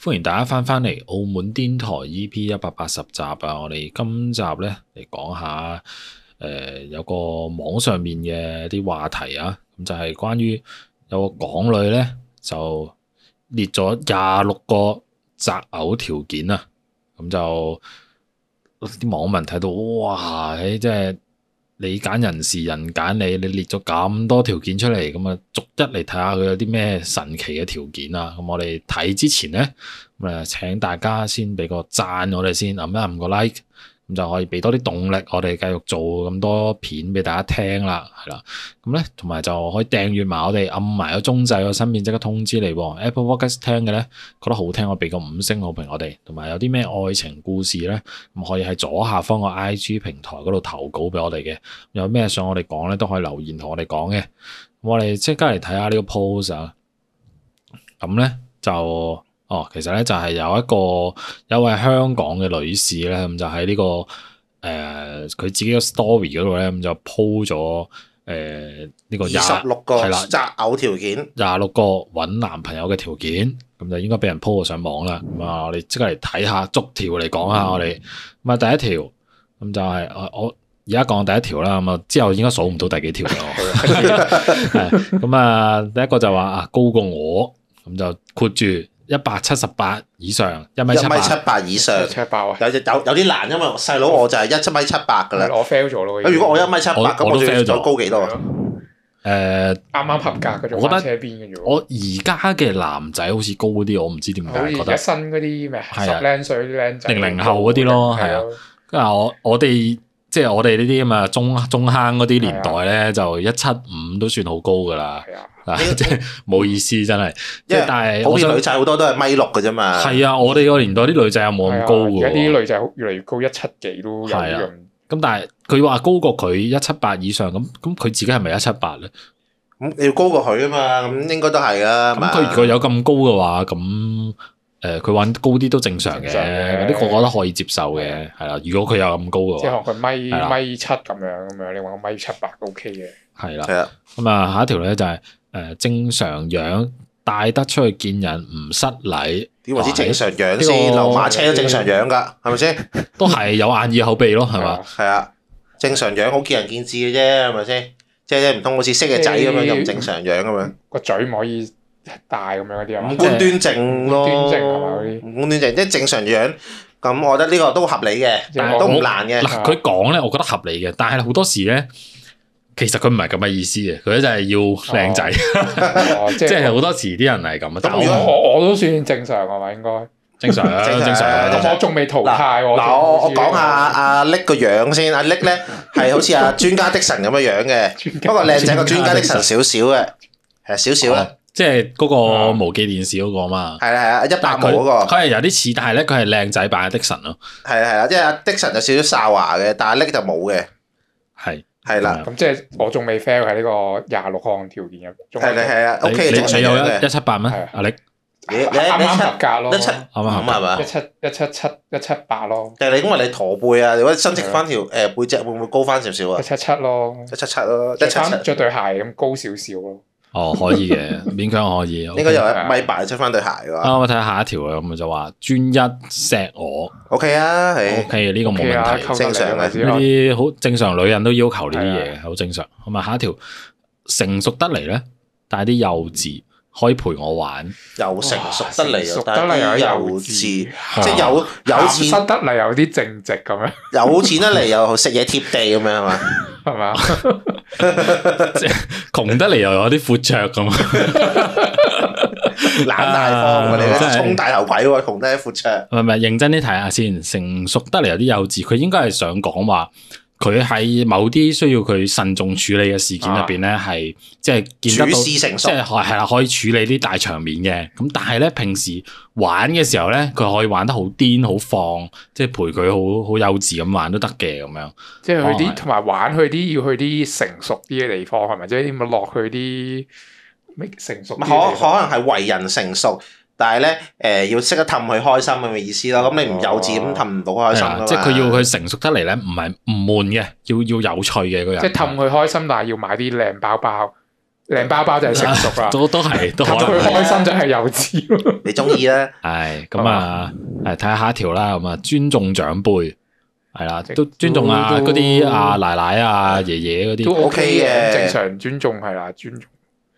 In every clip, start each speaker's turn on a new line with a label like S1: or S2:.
S1: 歡迎大家翻返嚟《澳門癲台 E.P. 一百八十集》啊！我哋今集呢嚟講下，誒、呃、有個網上面嘅啲話題啊，咁就係關於有個港女呢，就列咗廿六個擇偶條件啊，咁就啲網民睇到哇，誒即係你揀人時人揀你，你列咗咁多條件出嚟，咁啊逐一嚟睇下佢有啲咩神奇嘅條件啊！咁我哋睇之前呢。咁誒請大家先俾個讚我哋先，啊撳一撳個 like，咁就可以俾多啲動力，我哋繼續做咁多片俾大家聽啦，係啦。咁咧，同埋就可以訂閱埋我哋，撳埋個鐘掣，個新片即刻通知你喎。Apple Podcast 聽嘅咧，覺得好聽，我俾個五星好評我哋，同埋有啲咩愛情故事咧，咁可以喺左下方個 IG 平台嗰度投稿俾我哋嘅。有咩想我哋講咧，都可以留言同我哋講嘅。咁我哋即刻嚟睇下呢個 post 啊。咁咧就〜哦，其實咧就係有一個有位香港嘅女士咧，咁就喺呢、個誒佢、自己個 story 嗰度咧，咁就 po 咗誒呢個
S2: 二
S1: 廿
S2: 十六個
S1: 係啦
S2: 擇偶條件，
S1: 廿六個揾男朋友嘅條件，咁就應該俾人 po 咗上網啦。咁啊，我哋即刻嚟睇下逐條嚟講下我哋。咁啊，第一條咁就係、啊我而家講第一條啦，咁啊之後應該數唔到第幾條啦。我係咁啊，第一個就話啊高過我，咁就括住一百七十八以上，一米
S2: 一
S1: 七
S2: 米
S1: 八
S2: 七。八以上，
S3: 七爆啊！
S2: 有隻有有啲難，因為我細佬我就係一七米七八噶啦。
S3: 我 fail 咗咯。已
S2: 咁
S3: 經
S2: 如果我一米七
S1: 我
S2: 八，咁
S1: 我
S2: 我
S1: 都
S2: 仲要
S1: fail
S2: 再
S1: 咗
S2: 高幾多
S3: 係
S2: 啊？
S3: 咯
S1: 誒，
S3: 啱啱合格嘅啫，
S1: 我覺得
S3: 單車邊嘅啫喎。
S1: 我而家嘅男仔好似高啲，我唔知點解
S3: 好似
S1: 覺
S3: 而
S1: 得
S3: 家。新嗰啲咩
S1: 係啊
S3: 十零歲啲僆仔，
S1: 零零後嗰啲咯係啊
S3: 咯，
S1: 跟住我我哋即係我哋呢啲咁啊中中坑嗰啲年代咧，就一七五都算好高噶啦，
S3: 係啊，
S1: 啊即係冇意思真係。即
S2: 因
S1: 係
S2: 為
S1: 但係
S2: 普
S1: 我
S2: 遍
S1: 想
S2: 女仔好多都係米六嘅啫嘛。
S1: 係啊，我哋個年代啲女仔有冇咁高
S3: 係啊而家
S1: 嘅
S3: 啲
S1: 喎？
S3: 女仔好越嚟越高，一七幾都有
S1: 係啊
S3: 咁。
S1: 咁但係佢話高過佢一七八以上，咁咁佢自己係咪一七八咧？
S2: 咁你要高過佢啊嘛，咁應該都係啦。
S1: 咁佢如果有咁高嘅話，咁誒佢揾高啲都正常嘅，
S3: 正常嘅
S1: 嗰啲我覺得可以接受嘅，係啦。如果佢有咁高嘅
S3: 即係
S1: 話，
S3: 學佢米
S1: 係啦
S3: 米七咁樣咁樣，你話我米七八都 OK 嘅。
S1: 係啦。
S2: 係啊，
S1: 咁啊，下一條咧就係、呃正常樣，帶得出去見人唔失 禮，
S2: 點為之正常
S1: 呢
S2: 樣
S1: 個
S2: 先？流馬車都正常樣㗎，係咪先？
S1: 都係有眼耳口鼻咯，係嘛？
S3: 啊？
S2: 係啊，正常樣好見仁見智嘅啫，係咪先？即係唔通好似識嘅仔咁樣
S3: 你
S2: 又唔正常樣咁樣，
S3: 個嘴唔可以大咁樣嗰啲啊嘛
S2: 五。官端正咯，
S3: 五官端正係嘛嗰啲
S2: 五官端正，即係正常樣。咁我覺得呢個都合理嘅，
S3: 即係
S1: 但係
S2: 都
S3: 我
S2: 唔難嘅。
S1: 嗱，佢講咧，我覺得合理嘅，但係好多時咧，其實佢唔係咁嘅意思嘅，佢就係要靚仔，
S3: 哦即
S1: 即係
S3: 係
S1: 好多時啲人係咁啊。但
S2: 咁如
S1: 我
S2: 果
S3: 我我都算正常係咪應該？
S1: 正常，啊
S2: 正常
S1: 正
S2: 啊正
S1: 常
S2: 常，
S3: 我仲未淘汰喎。
S2: 嗱，我我
S3: 仲未
S2: 講下阿叻個樣先，阿叻咧係好似阿專家的神咁嘅樣嘅，
S3: 專家
S2: 不過靚仔個專家的神少少嘅，係少少啦，
S1: 哦即係嗰個無記電視嗰個嘛。
S2: 係啦係啦，一百
S1: 但
S2: 毛
S1: 係佢
S2: 啊嗰個，
S1: 佢係有啲似，但係咧佢係靚仔版嘅的神咯，
S2: 係啦係啊啦，即係阿的神就少少哨牙嘅，但係叻就冇嘅，
S1: 係
S2: 係
S1: 啊
S2: 啦，
S3: 咁即係我仲未 fail 喺呢個廿六項條件入，仲
S2: 係啦係啊啦
S1: 你
S2: ，OK
S1: 你
S2: 正常
S1: 你有
S2: 樣
S1: 一
S2: 嘅
S1: 一，七八咩
S3: 係啊？
S1: 阿力
S2: 你你你
S3: 啱啱合
S2: 七
S3: 格咯，
S2: 一七啊
S3: 一
S1: 啱
S2: 五
S1: 啱
S2: 係嘛？
S3: 七一七七一七八咯，
S2: 但係你因為你駝背啊，如果伸直翻條誒背脊會唔會高翻少少啊
S3: 一？七七咯，
S2: 一七七咯，一
S3: 着
S2: 七
S3: 衫
S2: 七
S3: 着對鞋咁高少少咯，
S1: 哦，可以 嘅，勉強可以。
S2: 應該有一米八出翻對鞋嘅話
S1: 啊，我睇下下一條啊，咁就話專一錫我
S2: ，OK 啊，係
S1: ，OK 呢個冇
S3: OK 啊
S1: 問題，
S3: 溝得
S2: 正常
S3: 嚟
S2: 嘅
S3: 嘅咪先
S1: 呢
S3: 咯
S1: 啲好正常，女人都要求呢啲
S3: 係
S1: 嘢，好正常。咁啊，下一條成熟得嚟咧，帶啲幼稚，可以陪我玩，
S2: 又成熟得
S3: 哇
S2: 嚟
S3: 成
S2: 又
S3: 熟
S2: 但係啲
S3: 得嚟又
S2: 幼
S3: 幼
S2: 稚，即
S3: 稚
S2: 係有有
S3: 鹹
S2: 錢
S3: 啊濕得嚟有啲正直咁樣，
S2: 有錢得嚟又食嘢貼地咁樣係 嘛？
S3: 係嘛？
S1: 窮得嚟又有啲闊綽咁。
S2: 懶大方喎，你
S1: 啊真
S2: 咧
S1: 係
S2: 衝大頭鬼喎，窮得一闊綽。
S1: 唔係唔係，認真啲睇下先，成熟得嚟有啲幼稚，佢應該係想講話。佢喺某啲需要佢慎重處理嘅事件入邊咧，係即係見得
S2: 處
S1: 到
S2: 事成熟
S1: 即，係係係啦，可以處理啲大場面嘅。咁但係咧，平時玩嘅時候咧，佢可以玩得好癲、好放，即係陪佢好好幼稚咁玩都得嘅咁樣。
S3: 即係去
S1: 哦係
S3: 啲同埋玩去啲要去啲成熟啲嘅地方係咪？即係咪落去啲咩成熟
S2: 可
S3: 啲
S2: 可
S3: 嘅地方？
S2: 能係為人成熟，但係咧誒要識得氹佢開心咁嘅意思咯。咁你唔幼稚咁氹唔到開
S1: 係
S2: 心
S1: 啦
S2: 噶
S1: 即係佢要佢成熟得嚟咧，唔係唔悶嘅，要要有趣嘅個人。
S3: 即係氹佢開心，但係要買啲靚包包，靚包包就係成 熟啦，
S1: 都都係都可
S3: 啊氹到佢
S1: 能
S3: 開心就係幼稚咯。
S2: 你中意 啦，
S1: 係咁啊，係睇下下一條啦，咁啊尊重長輩係啦，都尊重啊
S3: 都
S1: 嗰啲啊奶奶啊爺爺嗰
S3: 都
S1: 啲
S3: OK
S2: OK 嘅
S3: 嘅，正常尊重係啦，尊重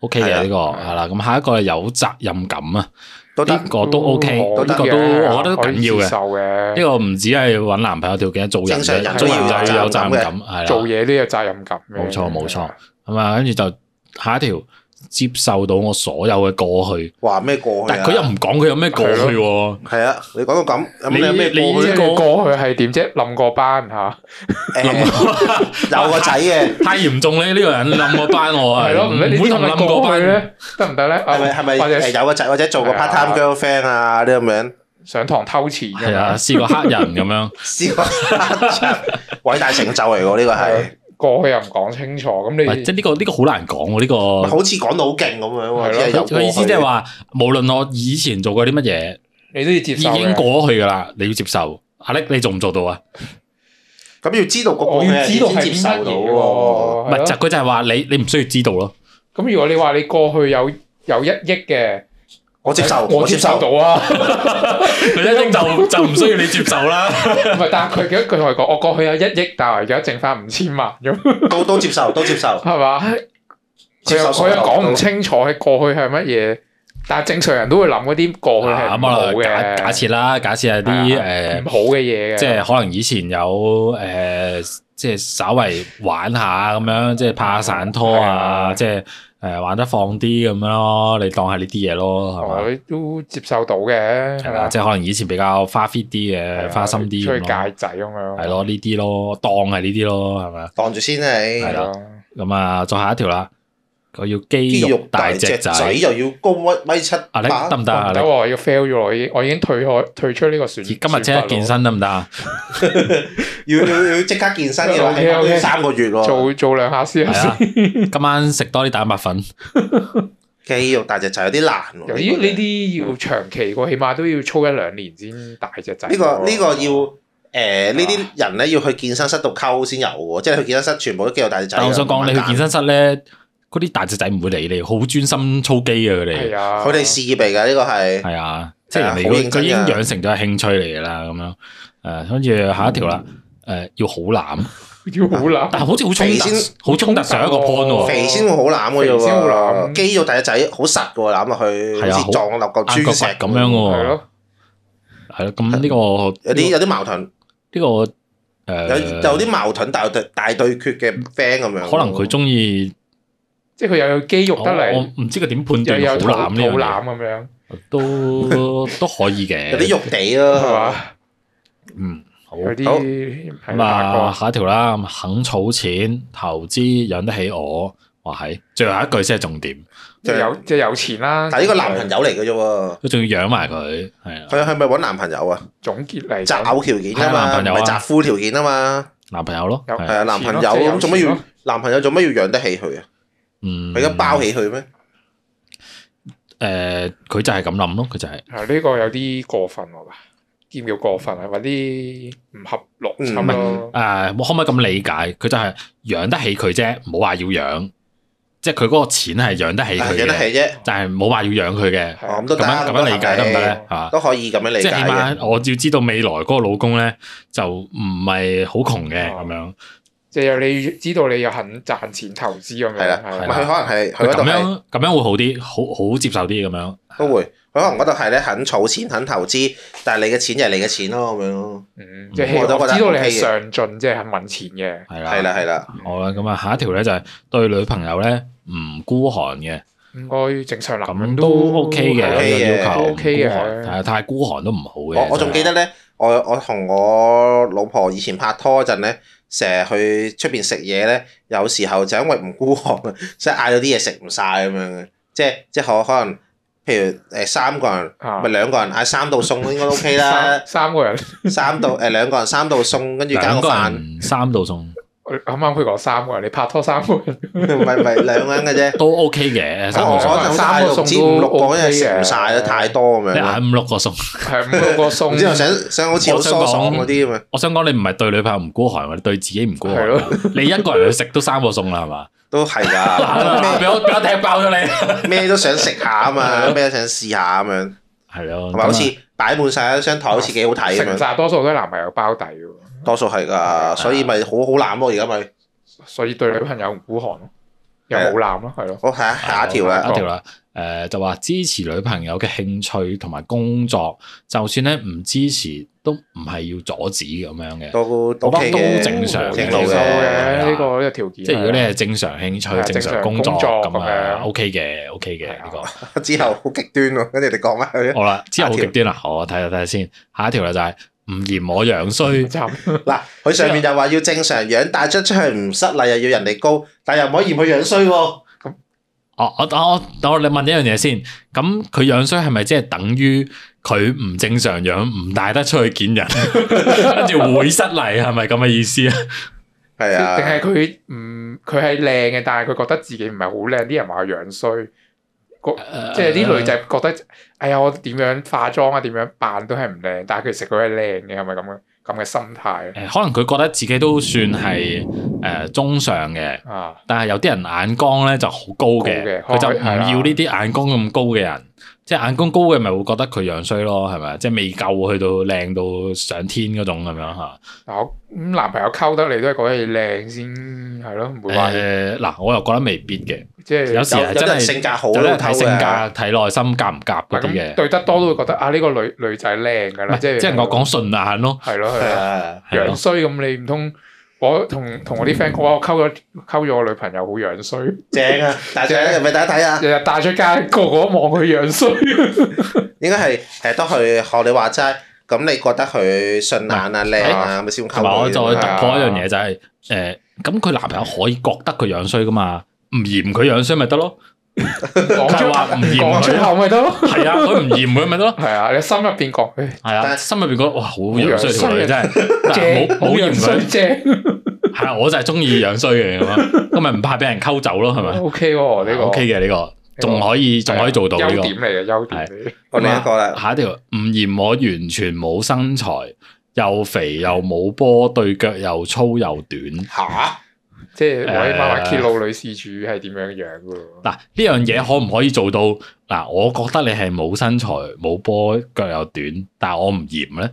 S1: OK 嘅
S2: 係啊
S1: 呢個係啦，咁下一個係有責任感啊。
S2: 都得
S1: 呢個都 OK，
S3: 可以
S1: 呢個
S3: 嘅
S1: 都我覺得都
S3: 可以
S1: 緊要嘅
S3: 接受嘅
S1: 呢。個唔止係揾男朋友條件，做人
S2: 正常人
S1: 做人
S3: 都要
S1: 就要有
S2: 有
S1: 責
S2: 責
S1: 任感，
S2: 任感
S1: 係啦，
S3: 做嘢都有責任感嘅。
S1: 冇錯冇錯，咁啊，跟住就下一條接受到我所有嘅過去，
S2: 話咩過去
S1: 但
S2: 啊？
S1: 係佢又唔講佢有咩過去喎，
S2: 係啊，你講到咁，咁你有咩
S1: 你
S2: 過
S3: 即
S1: 呢
S2: 去呢？
S3: 係
S1: 個
S3: 你過去係點啫？冧過班嚇，
S2: 誒 有個仔嘅，
S1: 太嚴重咧！呢個人冧我班我啊，
S3: 係咯，唔理你
S1: 會
S3: 點
S1: 同
S3: 樣
S1: 冧過
S3: 過
S1: 班，
S3: 去咧，得唔得咧？
S2: 係咪係咪
S3: 或者
S2: 誒有個仔或者做個 part time girlfriend 啊啲咁樣？
S3: 上堂偷錢㗎
S1: 係
S3: 嘛
S1: 啊，試過黑人咁 樣，
S2: 試過啊偉大成就嚟喎，呢個係
S3: 過去又唔講清楚，咁
S1: 唔係
S3: 你
S1: 即係呢個呢個好難講喎，呢個
S2: 好似講到好勁咁樣喎，
S3: 係咯
S2: 即係有過
S1: 佢
S2: 去
S1: 意思即係話，無論我以前做過啲乜嘢，
S3: 你都要接
S1: 已
S3: 受
S1: 經
S3: 嘅。
S1: 過去噶啦，你要接受。阿力，你做唔做到啊？
S2: 咁要知道個過
S3: 我
S2: 去
S3: 要
S2: 係
S3: 知道
S2: 點先
S3: 係
S2: 接
S3: 邊
S2: 受
S3: 乜嘢
S2: 到
S3: 喎
S2: 喎。
S1: 唔係就
S3: 係咯
S1: 佢就係話你，你唔需要知道 咯。
S3: 咁如果你話你過去有有一億嘅，
S2: 我接受，
S3: 我接受到啊。
S1: 佢一定就就唔需要你接受啦。
S3: 唔係，但係佢佢佢同我講，我過去有一億，但係我而家剩翻五千萬咁，
S2: 都都接受，都接受。
S3: 係嘛？佢
S2: 接
S3: 又
S2: 受所
S3: 佢
S2: 有
S3: 又講唔清楚佢過去係乜嘢，但係正常人都會諗嗰啲過去係唔
S1: 咁
S3: 好
S1: 啊，
S3: 嘅。
S1: 假假設啦，假設係
S3: 係
S1: 啲誒
S3: 啊唔，好嘅嘢嘅，
S1: 即係可能以前有誒，即係稍為玩下咁樣，即係拍下散拖啊，
S3: 係啊
S1: 即係誒玩得放啲咁樣咯。你當係呢啲嘢咯，係嘛？
S3: 我哦都接受到嘅，
S1: 係
S3: 係
S1: 啦，
S3: 嘛？
S1: 即係可能以前比較花 fit 啲嘅，花心啲
S3: 出去
S1: 咁
S3: 啊
S1: 咯。
S3: 戒仔咁樣，
S1: 係咯，呢啲咯，當係呢啲咯，係咪啊？
S2: 當住先啊你
S1: 係
S3: 係
S1: 啦
S3: 咯，
S1: 咁啊，再下一條啦，佢要肌
S2: 肌肉
S1: 肉大
S2: 大
S1: 隻
S2: 隻
S1: 仔。
S2: 仔又要高一米七
S1: 阿力
S2: 八
S1: 得，唔得啊？
S3: 唔
S1: 阿
S3: 得
S1: 力
S3: 喎，我要 fail 咗，我已經我已經退開退出呢個選。
S1: 今日即刻健身得唔得啊？
S2: 要要要即刻健身嘅 話，起
S3: OK，OK
S2: 碼都要三個月
S3: 選拔咯，
S2: 喎。
S3: 做做兩下先
S1: 係 啊，今晚食多啲蛋白粉，
S2: 肌肉大隻仔有啲難喎。
S3: 由於呢啲要長期喎，起碼都要操一兩年先大隻仔喎。啊
S2: 呢個呢個要誒呢啲人咧要去健身室度溝先有喎，即係去健身室全部都肌肉大隻仔。啊
S1: 但我想講你去健，身室咧，嗰啲大隻仔唔會理你，好專心操肌嘅佢哋，
S3: 係啊，
S2: 佢哋事業嚟㗎呢個係。
S1: 係啊，即係人哋
S2: 好
S1: 佢
S2: 認真
S1: 佢已經
S2: 㗎
S1: 養成咗係興趣嚟㗎啦，咁樣誒，跟住下一條啦，誒要好攬，
S3: 要好難。
S1: 但係好似好衝
S2: 嗯肥
S1: 突
S2: 先，
S1: 好衝突上一個 point 喎，啊
S2: 肥先會好攬嘅啫
S3: 肥先會
S2: 喎，
S3: 攬
S2: 肌肉大隻仔好實嘅喎，攬落去
S1: 係啊
S2: 好似撞落個
S1: 硬
S2: 磚
S1: 角
S2: 石
S1: 骨咁樣
S3: 係
S1: 喎，
S3: 咯，
S1: 係咯，咁呢個
S2: 有啲有啲矛盾，
S1: 呢個
S2: 有有
S1: 誒，
S2: 啲矛盾大對大對決嘅 friend 咁樣。
S1: 可能佢中意
S3: 即係佢又有肌肉
S1: 我
S3: 得
S1: 哦我
S3: 嚟，
S1: 唔知佢點判
S3: 又
S1: 斷
S3: 有肚肚
S1: 好攬呢樣嘢
S3: 腩咁樣，
S1: 都都可以嘅，
S2: 有啲肉地咯，
S3: 係嘛？
S1: 嗯好。
S3: 有啲係
S1: 咁啊，
S3: 啦
S1: 下一條啦，咁肯儲錢、投資養得起我，哇係，最後一句先係重點，
S3: 即係有即係有錢啦。
S2: 但係呢個男朋友嚟嘅啫喎，
S1: 佢仲要養埋佢，係啊，
S2: 佢係咪揾男朋友啊？
S3: 總結嚟
S2: 擇
S3: 講
S2: 偶條件啊
S1: 係男
S2: 嘛，
S1: 朋友
S2: 唔
S1: 啊
S2: 係擇夫條件啊嘛。
S1: 男朋友咯，
S3: 有
S1: 係
S2: 係
S1: 啊
S2: 啊，男朋友
S3: 錢咯即係有
S2: 咁做乜
S3: 錢
S2: 要
S3: 咯
S2: 男朋友做乜要養得起佢啊？
S1: 嗯，
S2: 佢而家包起佢咩？
S1: 誒，佢就係咁諗咯，佢就係
S3: 係呢個有啲過分喎吧？叫唔叫過分啊？或啲唔合邏
S2: 唔
S3: 輯
S2: 係
S3: 咯。
S1: 誒，啊我可唔可以咁理解？佢就係養得起佢啫，唔好話要養，即係佢嗰個錢係養得起
S2: 啊
S1: 佢
S2: 養得
S1: 嘅，
S2: 起啫，
S1: 但係唔好話要養佢嘅，
S3: 係啊
S2: 哦咁都
S1: 咁
S2: 得，
S1: 樣咁樣
S2: 都
S1: 理解得唔得
S2: 係
S1: 咧？係嘛？
S2: 都可以咁樣理
S1: 即
S2: 解
S1: 係起
S2: 嘅。
S1: 碼我要知道未來嗰個老公咧就唔係好窮嘅咁樣。
S3: 即係有你知道你又肯賺錢投資咁樣，
S2: 係啦
S1: 係啦
S2: 唔係佢可能係佢
S1: 佢
S2: 嗰度
S1: 咁
S2: 係
S1: 樣咁樣會好啲，好好接受啲咁樣。
S2: 都會，佢可能嗰度係咧肯儲錢肯投資，但係你嘅錢就係你嘅錢咯咁樣咯。
S3: 嗯即係
S2: 我都覺
S3: 我
S2: 得
S3: 知道你
S2: OK
S3: 係
S2: 嘅
S3: 上進，即係肯揾錢嘅，
S1: 係啦，
S2: 係啦係啦，
S1: 好啦，咁啊，下一條咧就係對女朋友咧唔孤寒嘅，
S2: 嗯
S3: 應該正常男人
S1: 咁都 OK 嘅呢
S3: 係啊
S1: 個要求，
S3: 都
S1: 唔孤
S3: OK 嘅
S1: 寒，係啊太孤寒都唔好嘅。
S2: 我我仲記得咧，我我同我老婆以前拍拖嗰陣咧，成日去出邊食嘢咧，有時候就因為唔孤寒，啊 即係嗌咗啲嘢食唔晒咁樣嘅，即係即係可可能譬如誒三個人，
S3: 啊
S2: 咪兩個人嗌三道餸應該 OK 啦
S3: 三，三個人，
S2: 三道誒兩個人三道餸，跟住
S1: 兩
S2: 搞個
S1: 個
S2: 飯，
S1: 人三道餸
S3: 啱啱佢講三個人，你拍拖三個人，
S2: 唔係唔係兩個人嘅啫。
S1: 都 OK 嘅， 三
S2: 咁
S1: 道
S2: 我
S3: 哦
S1: 餸
S2: 嗰陣好似嗌到唔知五六個，因為食唔晒啦，太多咁
S1: 你
S2: 樣啦。
S1: 嗌五六個餸。
S3: 係五六個
S2: 唔知我
S3: 餸，
S2: 想啊想好似好疏爽嗰啲咁啊，
S1: 我想講你唔係對女朋友唔孤寒，你對自己唔孤
S3: 係
S1: 寒。
S3: 咯，
S1: 你一個人去食都三個餸啦，係嘛？
S2: 都係
S1: 嗱
S2: 㗎，
S1: 俾我俾我踢爆咗你，
S2: 咩咩都想食下 啊嘛，咩都想試下咁樣，
S1: 係咯，
S2: 同埋好似擺滿晒一
S1: 啊
S2: 張台，好似幾好睇咁
S3: 成
S2: 樣，
S3: 扎多數都係男朋友包底喎，
S2: 多數係
S1: 啊
S2: 㗎，所以咪好好攬咯，而家咪，
S3: 所以對女朋友唔孤寒咯，又冇攬咯，係咯，
S2: 好睇
S1: 啊
S2: 下下一條
S1: 下
S2: 啦，
S1: 一條啦。誒、就話支持女朋友嘅興趣同埋工作，就算咧唔支持都唔係要阻止咁樣嘅。
S2: 都
S1: 我覺得
S2: OK
S1: 都
S2: 嘅，
S1: 正常
S3: 正
S2: 嗯正
S3: 路
S2: 路
S3: 嘅
S1: 係啊
S3: 呢個呢個條件。
S1: 即係如果你係正常興
S3: 係啊
S1: 趣、正
S3: 正常
S1: 常工作
S3: 工作
S1: 咁啊
S3: 咁樣
S1: ，OK 嘅，OK 嘅
S3: 係啊
S1: 呢個。
S2: 之後好極端喎，跟住你講 乜佢
S1: 好啦，之後好
S2: 下一
S3: 嗯
S1: 極
S2: 條
S1: 端啦，我睇下睇下先。下一條啦就係唔嫌我樣衰，
S2: 啊
S3: 慘
S2: 嗱，佢上面就話要正常樣，帶出出去唔失禮，又要人哋高，但又唔可以嫌佢樣衰喎。
S1: 哦，我我我等我你問一樣嘢先，咁佢樣衰係咪即係等於佢唔正常樣，唔帶得出去見人， 跟住會失禮，係咪咁嘅意思啊？
S2: 係啊，
S3: 定係佢唔佢係靚嘅，但係佢覺得自己唔係好靚，啲人話佢樣衰，個即係啲女仔
S1: 啊
S3: 覺得，哎呀我點樣化妝啊，點樣扮都係唔靚，但係其實佢係靚嘅，係咪咁嘅咁嘅心
S1: 誒，
S3: 態
S1: 可能佢覺得自己都算係誒中上嘅，
S3: 啊？
S1: 但係有啲人眼光咧就好高嘅，
S3: 高
S1: 佢
S3: 嘅
S1: 就唔
S3: 可能係啦
S1: 要呢啲眼光咁高嘅人，即係眼光高嘅咪會覺得佢樣衰咯，係咪？即係未夠去到靚到上天嗰種咁樣嚇。
S3: 嗱我咁男朋友溝得你都係覺得你靚先係咯，唔會話
S1: 誒嗱，我又覺得未必嘅，
S3: 即係
S1: 有時
S2: 有
S1: 係
S2: 有
S1: 真
S2: 啲人
S1: 係。
S2: 性格好啊
S1: 就
S2: 都
S1: 咧
S2: 偷
S1: 睇性格、
S2: 嘅，
S1: 睇內心夾唔夾嗰啲
S3: 咁
S1: 嘅，
S3: 對得多都會覺得啊呢個女女仔靚㗎
S1: 唔
S3: 啦，
S1: 係
S3: 即係
S1: 即係我講順眼咯，
S3: 係咯係
S2: 係
S3: 咯。
S2: 啊，
S1: 係咯
S3: 樣，衰咁，你唔通我同同我啲 friend 講話，我溝咗溝咗我女朋友好樣衰，日
S2: 正啊！大家咪大家睇下，
S3: 日帶出街，個個都望佢樣 衰。
S2: 應該係誒，當佢學你話齋，咁你覺得佢順眼啊、靚啊，咪先溝
S1: 嗯同埋我
S2: 佢
S1: 再
S2: 啫嘛。
S1: 突破一樣嘢就係誒，咁佢男朋友可以覺得佢樣衰噶嘛，唔嫌佢樣衰咪得 咯，
S3: 講出
S1: 就話唔嫌
S3: 講出
S1: 佢，
S3: 口咪得咯。
S1: 係啊，佢唔嫌佢咪得咯，
S3: 係啊，你心入邊講，唉
S1: 係啊，
S2: 但
S1: 心裏邊覺得哇好樣衰條女
S3: 樣衰
S1: 真係，嗱
S3: 正
S1: 冇
S3: 好
S1: 冇嫌
S3: 樣衰
S1: 佢，
S3: 正
S1: 係啊，我就係中意樣衰嘅咁啊，咁咪唔怕俾人溝走咯，係咪
S3: ，OK 喎哦呢個啊
S1: ？OK 嘅呢個，仲可以仲可以做到呢
S3: 優
S1: 個。
S3: 點嚟嘅優點嚟嘅。
S1: 啊
S2: 我哦另一個啦，
S1: 下一條唔嫌我完全冇身材，又肥又冇波，對腳又粗又短。
S2: 嚇
S3: 即係我喺慢慢
S1: 誒
S3: 揭露女事主係點樣樣嘅喎。
S1: 嗱，呢樣嘢可唔可以做到？嗱，我覺得你係冇身材、冇波、腳又短，但係我唔嫌咧。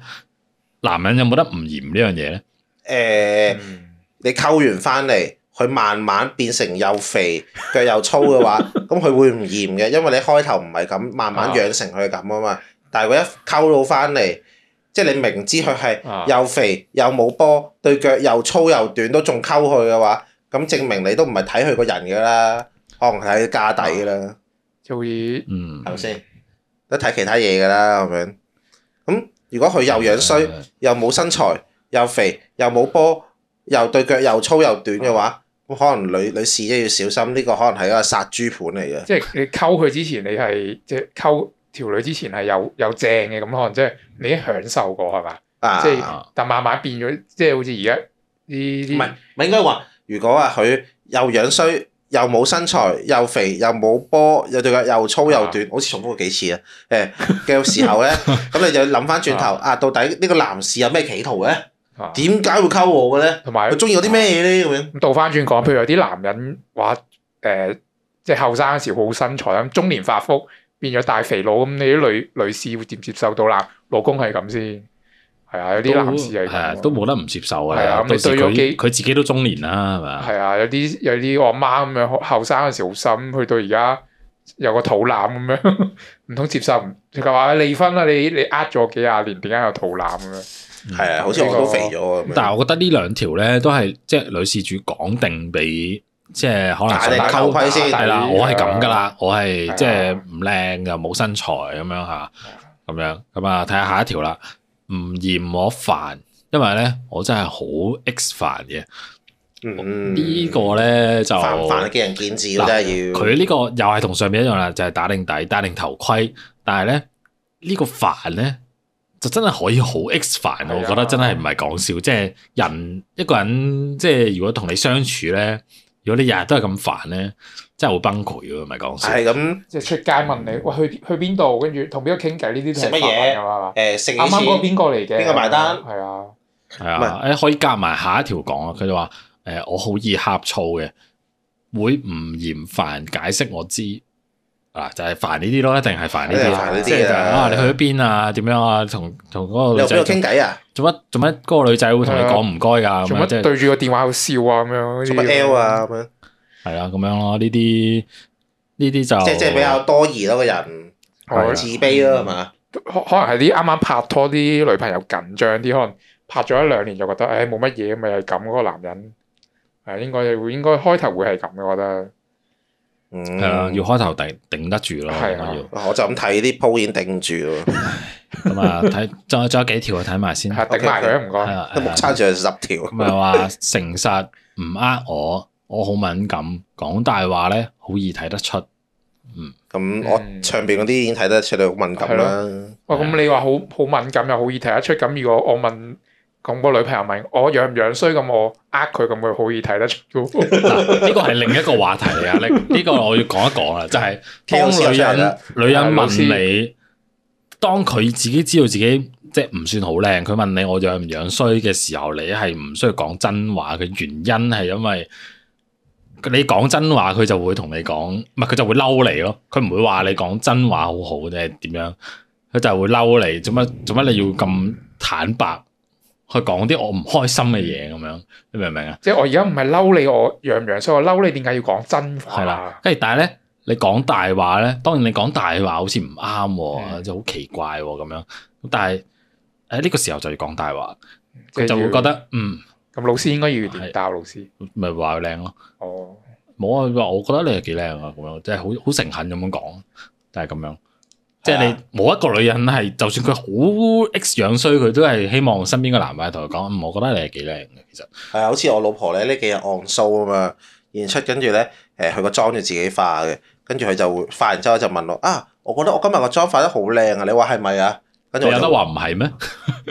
S1: 男人有冇得唔嫌呢樣嘢咧？
S2: 誒，
S3: 嗯
S2: 你溝完翻嚟，佢慢慢變成又肥腳又粗 嘅話，咁佢會唔嫌嘅，因為你開頭唔係咁，慢慢養成佢係咁啊嘛。但係佢一溝到翻嚟，即係你明知佢係。
S3: 啊
S2: 又肥又冇波，對腳又粗又短，都仲溝佢嘅話，咁證明你都唔係睇佢個人㗎啦，可能睇佢家底㗎啦，
S3: 即係好似
S1: 嗯
S2: 係，咪先？都睇其他嘢㗎啦，咁樣。咁如果佢又樣
S3: 啊
S2: 衰，
S1: 誒
S2: 又冇身材，又肥又冇波，又對腳又粗又短嘅話，咁可能女女士都要小心，呢、個可能係一個殺豬盤嚟嘅。
S3: 即係你溝佢之前，你係即係溝條女之前係有有正嘅咁，可能即係你已經享受過係嘛？
S2: 啊，
S3: 即
S2: 唔
S3: 係但慢慢變咗，即係好似而家呢啲
S2: 係唔係應該話，如果話佢又樣衰。又冇身材，又肥，又冇波，又對腳又粗
S3: 啊
S2: 又短，好似重複過幾次啊！誒嘅時 候咧，咁你就諗翻轉頭啊，到底呢個男士有咩企圖咧？
S3: 啊
S2: 點解會溝我嘅咧？
S3: 同埋
S2: 佢中意我啲咩嘢咧？咁樣
S3: 咁倒翻轉講，譬如有啲男人話誒、呃即係後生嗰時好身材咁，中年發福變咗大肥佬咁，你啲女女士會接唔接受到啦？老公係咁先，係啊，有啲男士係
S1: 係啊
S3: 咁
S1: 都冇得唔接受
S3: 係啊
S1: 啊！
S3: 咁
S1: 到
S3: 你
S1: 時
S3: 對咗
S1: 佢
S3: 幾
S1: 佢自己都中年啦，係咪啊？
S3: 係啊，有啲有啲我阿媽咁樣後後生嗰時好深，去到而家有個肚腩咁樣，唔通接受唔？佢話離婚啦，你你呃咗我幾廿年，點解有肚腩咁樣？
S1: 嗯
S2: 係啊，好似我都肥咗啊咁樣。
S1: 但係我覺得呢兩條咧都係即係女事主講定俾，即係可能
S2: 打定
S1: 想
S2: 頭盔先
S1: 係啦，我係咁噶。啦，我
S3: 係
S1: 係
S3: 啊
S1: 即係唔靚又冇身材咁樣吓，咁樣咁啊，睇下下一條啦。唔嫌我煩，因為咧我真係好 X 煩嘅。
S2: 嗯
S1: 呢個咧就
S2: 煩唔
S3: 啊
S2: 煩見仁見智咯，真係要。
S1: 佢呢個又係同上面一樣啦，就係打定底、戴定頭盔，但係咧呢個煩咧就真係可以好 X 煩
S3: 係啊
S1: 我覺得真係唔係講笑，即係人一個人即係如果同你相處咧，如果你日日都係咁煩咧，真係會崩潰嘅，唔係講笑。
S2: 係咁
S3: 即係出街問你，喂去去邊度？跟住同邊個傾偈呢啲都
S2: 食
S3: 係
S2: 乜嘢
S3: 煩㗎嘛？
S2: 誒食幾
S3: 啱啱嗰個
S2: 次
S3: 邊個嚟嘅？
S2: 邊個埋單
S3: 係啊，
S1: 係
S2: 唔係
S1: 啊，誒可以夾埋下一條講啊。佢就話誒、我好易呷醋嘅，會唔嫌煩解釋我知嗱，就係煩呢啲咯，一定係煩呢
S2: 一定
S1: 啲
S2: 係煩
S1: 啦，
S2: 呢啲啊
S1: 即係就係啊，你去咗邊啊？點樣啊？同同嗰個
S2: 你又
S1: 女
S2: 俾我
S1: 仔
S2: 傾偈啊？
S1: 做乜做乜？嗰個女仔會同你講唔該㗎咁
S3: 啊做
S1: 樣，啊即
S3: 乜
S1: 係
S3: 對住個電話喺度笑啊咁樣？
S2: 做乜 L？啊？咁樣
S1: 係啦咁樣咯。呢啲呢啲就
S2: 即係即係比較多疑咯，個人
S1: 係啊
S2: 自卑咯，係嘛？
S3: 可可能係啲啱啱拍拖啲女朋友緊張啲，可能拍咗一兩年就覺得誒冇乜嘢，咪係咁嗰個男人係應該會應該開頭會係咁嘅，我覺得
S2: 嗯，
S1: 係啊啦，要開頭頂頂得住咯，
S3: 係啊
S1: 要。
S2: 我就咁睇啲鋪已經頂住喎，
S1: 咁啊，睇仲有仲有幾條啊，睇埋先。
S3: 係頂埋佢啊唔
S1: 係
S3: 該。
S1: 啊
S2: 都目測住係十條。
S1: 咁咪話誠實唔呃我，我好敏感，講大話咧好易睇得出。
S2: 咁我
S3: 嗯
S2: 上邊嗰啲已經睇得出你好敏感啦。
S3: 哇！哦咁你話好好敏感又好易睇得出，咁如果我問咁個女朋友問我樣唔樣衰，咁我呃佢咁佢好易睇得 出嘅。
S1: 嗱，呢個係另一個話題嚟啊！呢呢個我要講一講啊啦，就係當女人女人問你，當佢自己知道自己即係唔算好靚，佢問你我樣唔樣衰嘅時候，你係唔需要講真話嘅原因係因為。你講真話，佢就會同你講，唔係佢就會嬲你咯。佢唔會話你講真話好好定係點樣，佢就係會嬲你。做乜做乜你要咁坦白去講啲我唔開心嘅嘢咁樣？你明唔明啊？
S3: 即係我而家唔係嬲你，我樣唔樣衰，我嬲你點解要講真話？
S1: 係
S2: 啊
S1: 啦，跟住但係咧，你講大話咧，當然你講大話好似唔啱喎，
S3: 嗯
S1: 就好奇怪喎咁樣。但係誒呢個時候就要講大話，
S3: 即
S1: 佢
S3: 係
S1: 就會
S3: 要
S1: 覺得嗯，
S3: 咁，老師應該要點答老師？
S1: 咪話佢靚咯。
S3: 哦，
S1: 冇啊，佢話我覺得你係幾靚啊，咁樣即係好好誠懇咁樣講，就係咁樣。即
S2: 啊
S1: 係你冇一個女人係，就算佢好 X 樣衰，佢都係希望身邊個男仔同佢講，嗯我覺得你係幾靚嘅，其實
S2: 係啊，好似我老婆咧呢幾日 on show 啊嘛，演出跟住咧誒佢個妝要自己化嘅，跟住佢就會化完之後就問我啊，我覺得我今日個妝化得好靚啊，你話係咪啊？跟
S1: 你
S2: 住我
S1: 有得
S2: 就
S1: 話唔係咩？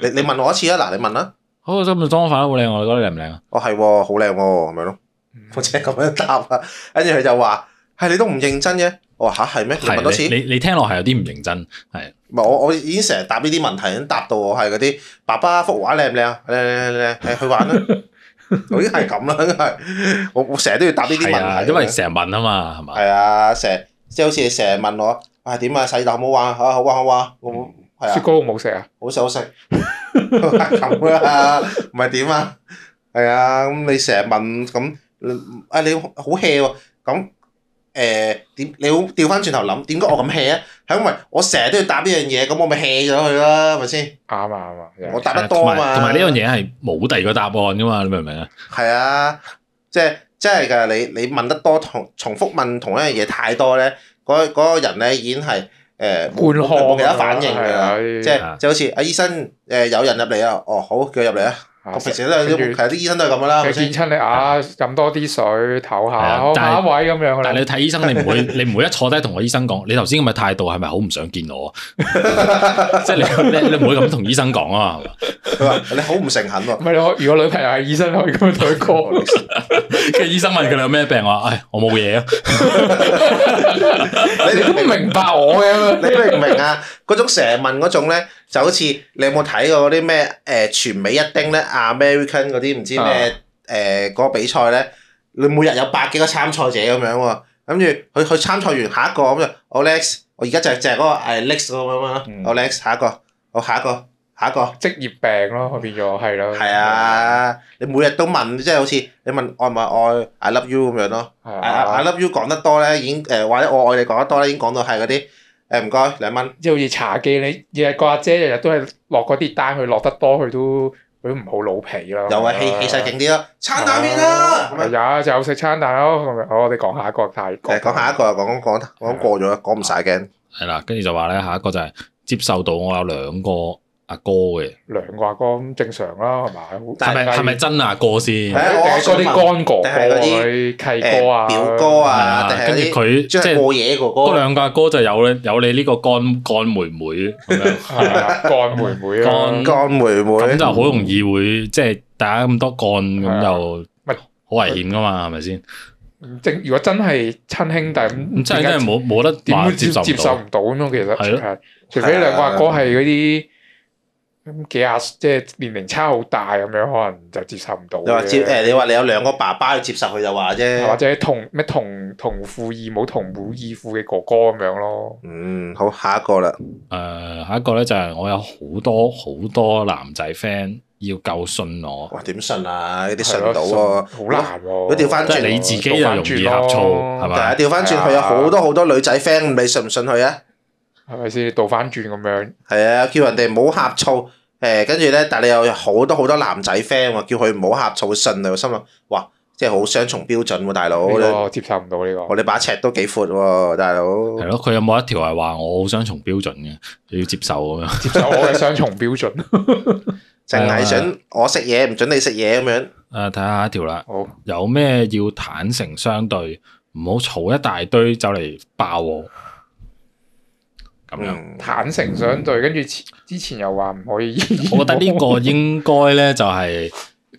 S2: 你你問我一次啊，嗱你問啦，
S1: 好，今日妝化得好靚，我覺得你靚唔靚啊？
S2: 我係喎好靚喎咁樣咯，
S3: 嗯
S2: 我即係咁樣答啊，跟住佢就話係你都唔認真嘅，我話吓係咩？你問多次
S1: 係，你你你聽落係有啲唔認真，係。
S2: 唔係我我已經成日答呢啲問題，已經答到我係嗰啲爸爸幅畫靚唔靚啊？靚靚靚靚，誒去玩啦！我已經係咁啦，梗係我我成日都要答呢啲
S1: 係啊，
S2: 問題，
S1: 因為成日問啊嘛，係嘛？
S2: 係啊，成日即係好似你成日問我啊點啊洗樓好唔好玩啊？好玩好玩，我係啊，
S3: 雪糕好唔好食啊？
S2: 好食好食，係咁啦，唔係點啊？係啊，咁你成日問咁啊你好 hea 喎，咁誒點你好調翻轉頭諗點解我咁 hea 啊？係因為我成日都要答呢樣嘢，咁我咪 hea 咗佢啦，係咪先？
S3: 啱啊啱啊，
S2: 我
S1: 係
S2: 答
S1: 啊
S2: 得多
S1: 同
S2: 啊
S1: 埋
S2: 嘛，
S1: 同埋呢樣嘢係冇第二個答案噶嘛，你明唔明啊？
S2: 係啊，即係即係㗎，你你問得多同重複問同一樣嘢太多咧，嗰嗰個人咧已經係誒
S3: 半
S2: 冇
S3: 腔
S2: 冇其他反應㗎
S3: 係
S2: 啦
S3: 啊，
S2: 即係就好似啊醫生誒有人入嚟啊，哦好叫佢入嚟啊，我平時都有啲
S3: 跟住
S2: 其實啲醫生都係咁㗎啦，係咪
S3: 你見
S2: 先？
S3: 親你啊，飲多啲水，唞
S1: 係啊
S3: 下，好
S1: 但
S3: 下
S1: 係
S3: 一位咁樣㗎啦
S1: 但係你睇醫生，你唔會 你唔會一坐低同個醫生講，你頭先咁嘅態度係咪好唔想見我？啊 即係你你你唔會咁同醫生講啊嘛係嘛？
S2: 佢話你好唔誠懇喎 哦
S3: 唔，係你可，如果女朋友係醫生，可以咁樣 對
S2: 我
S3: 歌。
S2: 話你
S1: 跟住醫生問佢你有咩病，我話唉我冇嘢啊，
S2: 你
S3: 你都 唔明白我嘅咁
S2: 啊你明唔明啊？嗰種成日問嗰種咧，就好似你有冇睇過嗰啲咩誒全美一丁咧，American 嗰啲唔知
S3: 啊
S2: 咩誒嗰個比賽咧？你每日有百幾個參賽者咁樣喎，跟住佢佢參賽完下一個咁就我 next，我而家就係就係嗰個誒 next 咁樣啦
S3: 嗯，
S2: 我 next 下一個，我下一個下一個。
S3: 樣職業病咯，變咗係咯。
S2: 係，啊，你每日都問，即係好似你問愛唔愛愛，I love you 咁樣咯。
S3: 係
S2: I I
S3: 啊，
S2: love you 講得多咧，已經誒或者我愛你講得多咧，已經講到係嗰啲誒唔該兩蚊。
S3: 即係好似茶記，你日日個阿姐日日都係落嗰啲單，佢落得多，佢都佢都唔好老皮啦。
S2: 又係啊氣氣勢勁啲咯，撐大面啦！咁樣
S3: 啊係啊，就食餐蛋咯。咁樣好，我哋講下一個泰國。
S2: 誒講下一個，講講講講過咗啦，講唔晒驚。
S1: 係啦，跟住就話咧下一個就係接受到我有兩個阿哥嘅，
S3: 兩個阿哥咁正常啦，係咪？
S1: 係咪係咪真阿哥先
S2: 係？啊
S3: 定係嗰啲乾哥哥
S2: 定係嗰啲
S3: 啲契哥啊、
S2: 誒表哥
S1: 係
S2: 啊，定
S1: 啊，
S2: 係
S1: 跟住
S2: 啲
S1: 佢即
S2: 即係
S1: 係
S2: 過夜哥哥，
S1: 嗰兩個阿哥就有咧有你呢個乾乾妹妹咁樣。
S3: 係 啊乾妹
S1: 乾
S3: 妹咯，
S2: 乾妹
S1: 咁
S2: 妹
S1: 就好容易會即係大家咁多幹
S3: 係
S1: 咁
S3: 啊
S1: 就
S3: 咪
S1: 好危險噶嘛，係咪先？
S3: 正如果真係親兄弟咁，
S1: 咁真係真係冇冇得
S3: 點
S1: 話
S3: 會
S1: 接
S3: 接
S1: 受唔
S3: 接受
S1: 到。
S3: 啊唔到咁樣？其實
S1: 係咯
S3: 係除非兩個阿哥係嗰啲咁幾廿即係年齡差好大咁樣，可能就接受唔到嘅。
S2: 你話接誒，你話你有兩個爸爸要接受佢就話
S3: 或
S2: 啫。
S3: 者同咩同同父異母同母異父嘅哥哥咁樣咯。
S2: Ừ, 嗯，好，下一個啦。
S1: 誒、下一個咧就係、我有好多好多男仔 friend 要夠信我，
S2: 哇，點信啊？呢啲信
S3: 係
S2: 唔
S3: 咯
S2: 到喎。
S3: 好難喎。
S2: 如果調返
S1: 即
S2: 轉
S1: 係你自己就容易呷醋係
S2: 但
S1: 嘛？
S2: 係調翻轉，佢有好多好多女仔 friend，你信唔信佢啊？
S3: 係咪先倒翻轉咁樣？
S2: 係啊，叫人哋唔好呷醋。誒，跟住咧，但係你又有好多好多男仔 friend 喎，叫佢唔好呷醋，信你。我心諗，哇，即係好雙重標準喎，大佬。
S3: 呢
S2: 我
S3: 個接受唔到呢個。
S2: 哋把尺都幾闊喎，大佬。
S1: 係咯，佢有冇一條係話我好雙重標準嘅，你要接受咁樣？
S3: 接受我嘅雙重標準。
S2: 淨係想我食嘢，唔準你食嘢咁樣。
S1: 誒，睇下一條啦，
S3: 好，
S1: 有咩要坦誠相對，唔好嘈一大堆走嚟爆我。咁樣，
S2: 嗯
S3: 坦誠相對，跟住前之前又話唔可以。
S1: 我覺得呢個應該咧就係、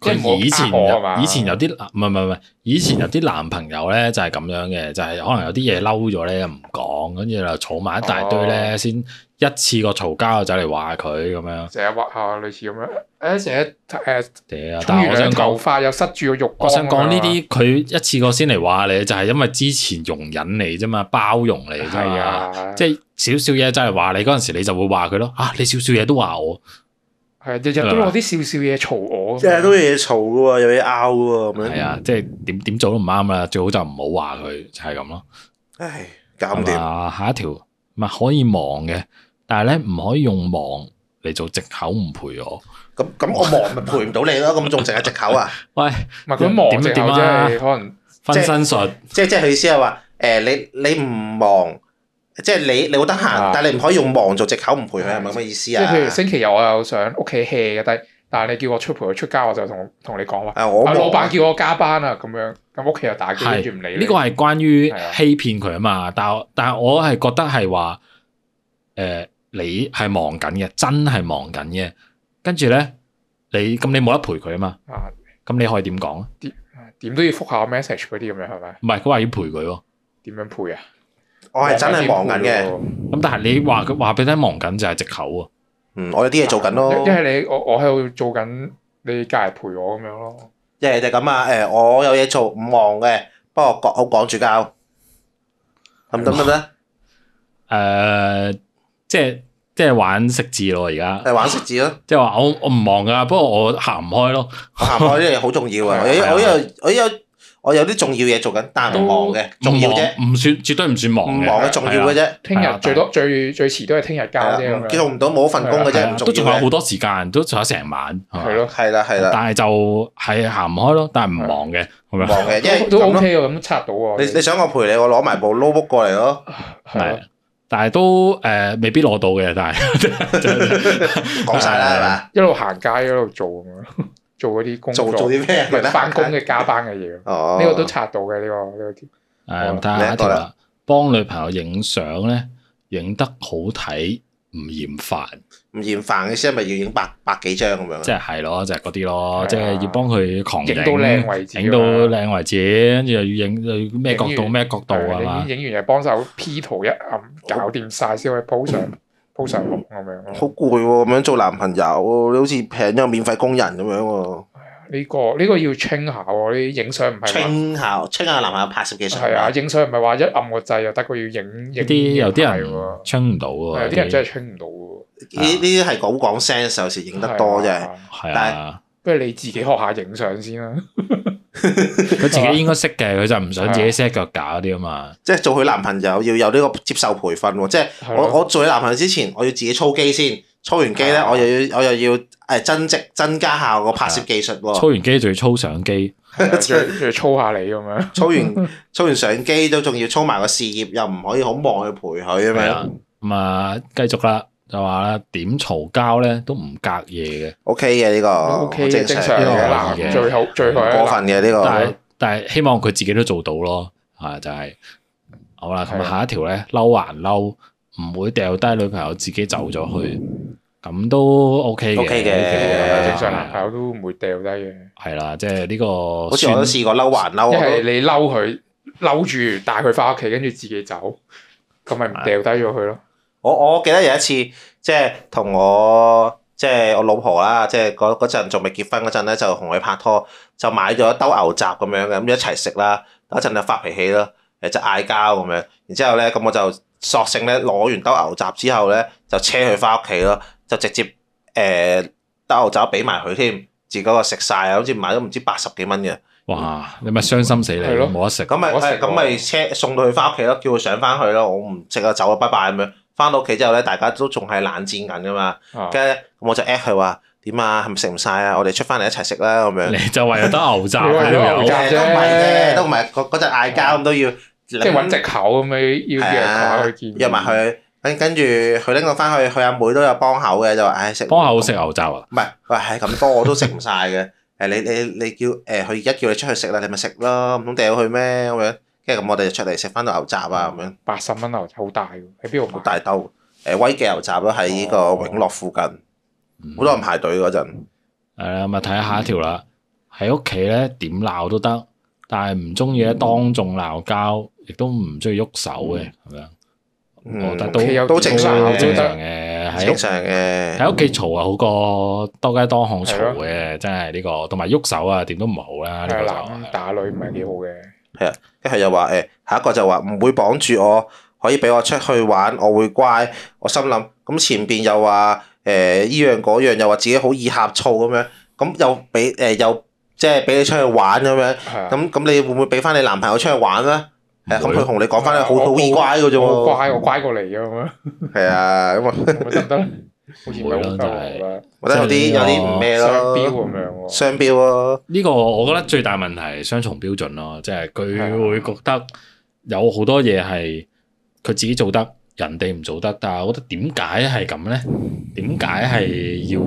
S3: 即係唔好
S1: 佢以前
S3: 呃我啊
S1: 有
S3: 嘛
S1: 以前有啲男唔係唔係唔係，以前有啲男朋友咧就係咁樣嘅，就係、可能有啲嘢嬲咗咧唔講，跟住就嘈埋一大堆
S3: 哦
S1: 咧，先一次過嘈交就走嚟話佢咁樣。
S3: 成日畫下類似咁樣，誒成日誒
S1: 屌！
S3: 沖
S1: 但係
S3: 完
S1: 我
S3: 兩
S1: 想
S3: 頭
S1: 講，
S3: 髮又塞住個浴
S1: 我
S3: 缸咁樣啊。
S1: 想講呢啲佢一次過先嚟話你，就係、因為之前容忍你啫嘛，包容你啫
S3: 係
S1: 嘛。
S3: 啊，
S1: 即
S3: 即係
S1: 係少少嘢就係話你嗰陣時，你就會話佢咯。啊，你少少嘢都話我，
S3: 係啊日日都攞啲少少嘢嘈我。
S2: 即係都有嘢嘈嘅喎，有嘢拗嘅喎，
S3: 嗯
S2: 咁
S1: 係
S2: 樣。
S1: 啊，即係點點做都唔啱啦，最好就唔好話佢，就係咁咯。
S2: 唉，搞
S1: 係
S2: 唔掂。
S1: 嘛？下一條咪可以忙嘅，但係咧唔可以用忙嚟做藉口唔陪我。
S2: 咁咁我忙咪陪唔到你咯，咁仲淨係藉口啊？
S1: 喂，
S3: 唔係佢忙
S1: 點
S3: 淨
S1: 點
S3: 係
S1: 啊
S3: 即係可能
S1: 分身術
S2: 即係即係佢意思係話，誒你你唔忙，即係你你好得閒
S3: 啊，
S2: 但係你唔可以用忙做藉口唔陪佢，係咪咁嘅意
S3: 即
S2: 思
S3: 係譬如
S2: 啊？
S3: 星期日我又想屋企 hea 嘅，但係但係你叫我出陪佢出街，我就同同你講話，
S2: 啊，我
S3: 啊
S2: 忙
S3: 老闆叫我加班啊咁樣，咁屋企又打機，跟住唔理
S1: 係
S3: 你
S1: 呢個係關於
S3: 係啊
S1: 欺騙佢啊嘛。但係但係我係覺得係話，誒、你係忙緊嘅，真係忙緊嘅。跟住咧，你咁你冇得陪佢啊嘛。
S3: 啊
S1: 咁你可以點講啊？
S3: 點都要覆下 message 嗰啲咁樣係咪？
S1: 唔係佢話要陪佢喎。
S3: 點樣陪啊？
S2: 我係真係忙緊嘅，
S3: 喎。
S1: 咁但係你話
S3: 嗯
S1: 佢話俾你聽忙緊就係藉口喎。
S2: 嗯，我有啲嘢做緊咯，
S3: 一係你我我喺度做緊，你隔日陪我咁樣咯。
S2: 一係就咁啊，誒我有嘢做，唔忙嘅，不過講好講住交，咁得唔得？
S1: 誒、呃即係即係玩食字咯，而家
S2: 誒玩食字 咯，
S1: 即係話我我唔忙噶，不過我行唔開咯，
S2: 我行開呢樣嘢好重要啊！我
S3: 係
S2: 有
S1: 啊
S2: 我有我有我有啲重要嘢做緊，但係唔忙嘅，重要啫，
S1: 唔忙唔算絕對唔算忙
S2: 唔
S1: 嘅，
S2: 忙嘅重要嘅啫，
S3: 聽
S1: 係啊
S3: 日最多最最遲都係聽日交啫
S2: 係啊
S3: 咁
S2: 啦，
S3: 樣。
S2: 做唔到冇份工嘅
S1: 係
S2: 啫，
S1: 啊
S2: 唔
S1: 都
S2: 重
S1: 仲有
S2: 要
S1: 好
S2: 嘅，
S1: 多時間，都仲有成晚，
S3: 係
S1: 咯，
S3: 咯，
S2: 係啦係
S1: 但
S2: 啦，
S1: 係就係行唔開咯，但係唔忙嘅，咁
S2: 忙
S1: 樣
S2: 嘅，因為咁
S3: 都
S2: 咯
S3: OK 喎，咁拆到啊喎。
S2: 你你想我陪你，我攞埋部 notebook 過嚟咯，
S1: 係
S3: 係
S1: 啊
S3: 咯，，
S1: 但係都誒、呃未必攞到嘅，但係
S2: 講晒啦係嘛？
S3: 一路行街一路做咁樣， 做嗰啲 工
S2: 做
S3: 作，
S2: 做啲咩啊？
S3: 唔係翻工嘅加班嘅嘢。
S2: 哦，
S3: 呢個都拆到嘅呢個呢個條。
S1: 誒
S3: 好
S1: 睇下下一條
S2: 另一個
S1: 啦，幫女朋友影相咧，影得好睇唔嫌煩。
S3: 嗯
S2: 唔嫌煩嘅先，咪要影百百幾張咁
S1: 即
S2: 樣。
S1: 係係咯，就係嗰啲
S3: 係
S1: 咯，
S3: 啊
S1: 即係要幫佢狂
S3: 影到靚為止啊嘛
S1: 影到靚為止，跟住又要影又要咩角
S3: 影
S1: 度
S3: 完
S1: 咩角度啊
S3: 係
S1: 嘛
S3: 你，影完又幫手 P 圖一暗，搞掂晒先可以 po 上 po 上網咁樣
S2: 好
S3: 咯。
S2: 攰喎，咁樣做男朋友喎，你好似平咗個免費工人咁樣喎。
S3: 呢個呢個要清下喎，呢啲影相唔係話
S2: 清下清下男朋友拍攝技術。
S3: 係啊，影相唔係話一按個掣就得，佢要影
S1: 呢
S3: 影
S1: 啲有啲
S3: 影牌
S1: 人啊
S3: 喎
S1: 清唔到
S3: 係
S1: 喎，
S3: 有啲人真係清唔到喎。
S2: 呢呢啲係好講 sense，有時影得多
S3: 係
S2: 啫。
S3: 啊。
S1: 係啊，
S3: 不如你自己學下影相先啦。
S1: 佢自己應該識嘅，佢就唔想自己 set 腳架嗰啲啊嘛，
S2: 即係做佢男朋友要有呢個接受培訓喎。即係
S3: 係咯
S2: 我我做佢男朋友之前，我要自己操機先，操完機咧，
S3: 係啊
S2: 我又要我又要誒增值增加下我個拍攝技術
S1: 操
S2: 喎。
S1: 完機仲要操相機，
S3: 係啊仲仲要操下你咁 樣。
S2: 操完操完相機都仲要操埋個事業，又唔可以好忙去陪佢咁
S1: 係
S2: 樣。
S1: 啊，咁啊繼續啦，就話啦點嘈交咧都唔隔夜
S2: O K 嘅呢個
S3: O K 嘅
S2: 啊正
S3: 正
S2: 常
S3: 常
S1: 呢
S3: 嘅
S1: 個
S2: 嘅，
S1: 男
S3: 男最好最好
S2: 過分嘅呢
S1: 嘅，
S2: 個。
S1: 但係但係希望佢自己都做到咯，啊就係好啦，咁啊
S3: 係啊
S1: 下一條咧嬲還嬲，唔會掉低女朋友自己走咗去。咁都 OK 嘅
S2: 嗯 OK 嘅
S1: 嘅
S3: 正常男朋友都唔會掉低嘅。
S1: 係啦，即係呢個
S2: 啊好似我都
S1: 算
S2: 試過嬲還嬲，啊我
S3: 一係
S2: 都
S3: 你嬲佢，嬲住帶佢翻屋企，跟住自己走，咁咪唔掉低咗佢咯。
S2: 我我記得有一次即係同我即係我老婆啦，即係嗰嗰陣仲未結婚嗰陣咧，就同佢拍拖，就買咗一兜牛雜咁樣嘅，咁一齊食啦。嗰陣就發脾氣咯，誒就嗌交咁樣。然之後咧，咁我就索性咧攞完兜牛雜之後咧，就車佢翻屋企咯，就直接誒、呃兜牛雜俾埋佢添，自己嗰個食晒啊，好似買咗唔知八十幾蚊嘅。
S1: 哇！你咪傷心死你，
S3: 係咯
S1: 冇得食。
S2: 咁咪
S3: 我食
S2: 係咁咪車送到佢翻屋企咯，叫佢上翻去咯，我唔食啊，走啊，拜拜咁樣。翻到屋企之後咧，大家都仲係冷戰緊噶嘛，
S3: 啊
S2: 跟住咧，咁我就 at 佢話點啊，係咪食唔晒啊？我哋出翻嚟一齊食啦咁樣。
S1: 你就為咗得牛雜啊
S3: 你為
S1: 呢
S3: 咗
S1: 條
S3: 牛
S1: 友
S2: 誒
S3: 雜
S2: 都
S3: 啫
S2: 唔係嘅，都唔係嗰嗰陣嗌交咁都要，即
S3: 即係揾藉口咁樣要約下去見
S2: 啊
S3: 面，
S2: 約埋佢。跟跟住佢拎我翻去，佢阿妹都有幫口嘅，就話唉食
S1: 幫口食牛雜啊！
S2: 唔係，喂係咁多我都食唔晒嘅。誒你你你叫誒佢而家叫你出去食啦，你咪食咯，唔通掉佢咩咁樣？跟住咁我哋就出嚟食翻到牛雜啊咁樣。
S3: 八十蚊牛好大喎，喺邊度
S2: 好
S3: 買？
S2: 大兜。誒威記牛雜啦，喺呢個永樂附近，好
S1: 嗯
S2: 多人排隊嗰陣。
S1: 係啦，啊咪睇下下一條啦。喺屋企咧點鬧都得，但係唔中意咧當眾鬧交，亦都唔中意喐手嘅咁樣。
S2: 嗯
S1: 我覺得
S3: 屋企有
S2: 都都正常
S3: 鬧
S1: 好
S2: 嘅，
S1: 正常嘅喺
S2: 正
S1: 屋
S2: 常嘅。
S1: 喺屋企嘈啊，好過當街當巷
S3: 係
S1: 嘈嘅，真係呢個同埋喐手啊，點都唔好啦。呢個
S3: 係
S1: 就
S3: 啊男打女唔係幾好嘅，
S2: 跟住佢又話誒，下一個就話唔會綁住我，可以俾我出去玩，我會乖。我心諗咁前邊又話誒依樣嗰樣，又話自己好易呷醋咁樣，咁又俾誒又即係俾你出去玩咁樣，
S3: 係啊
S2: 咁咁你會唔會俾翻你男朋友出去玩咧？係啊咁
S1: 唔會
S2: 佢同你講翻你好
S3: 我
S2: 好易乖嘅啫
S3: 我
S2: 喎。
S3: 乖我乖過嚟嘅咁樣，
S2: 係啊，咁啊，
S3: 咁得唔 得咧？好似唔係好得
S1: 唔會
S3: 喎，
S2: 我覺得有啲有啲唔
S3: 我覺
S2: 咩
S3: 得
S2: 咯，
S3: 雙標咁樣喎。
S2: 雙標咯。
S1: 呢個我覺得最大問題係雙重標準咯，即係佢會覺得有好多嘢係佢自己做得，人哋唔做得。但係我覺得點解係咁呢？點解係要？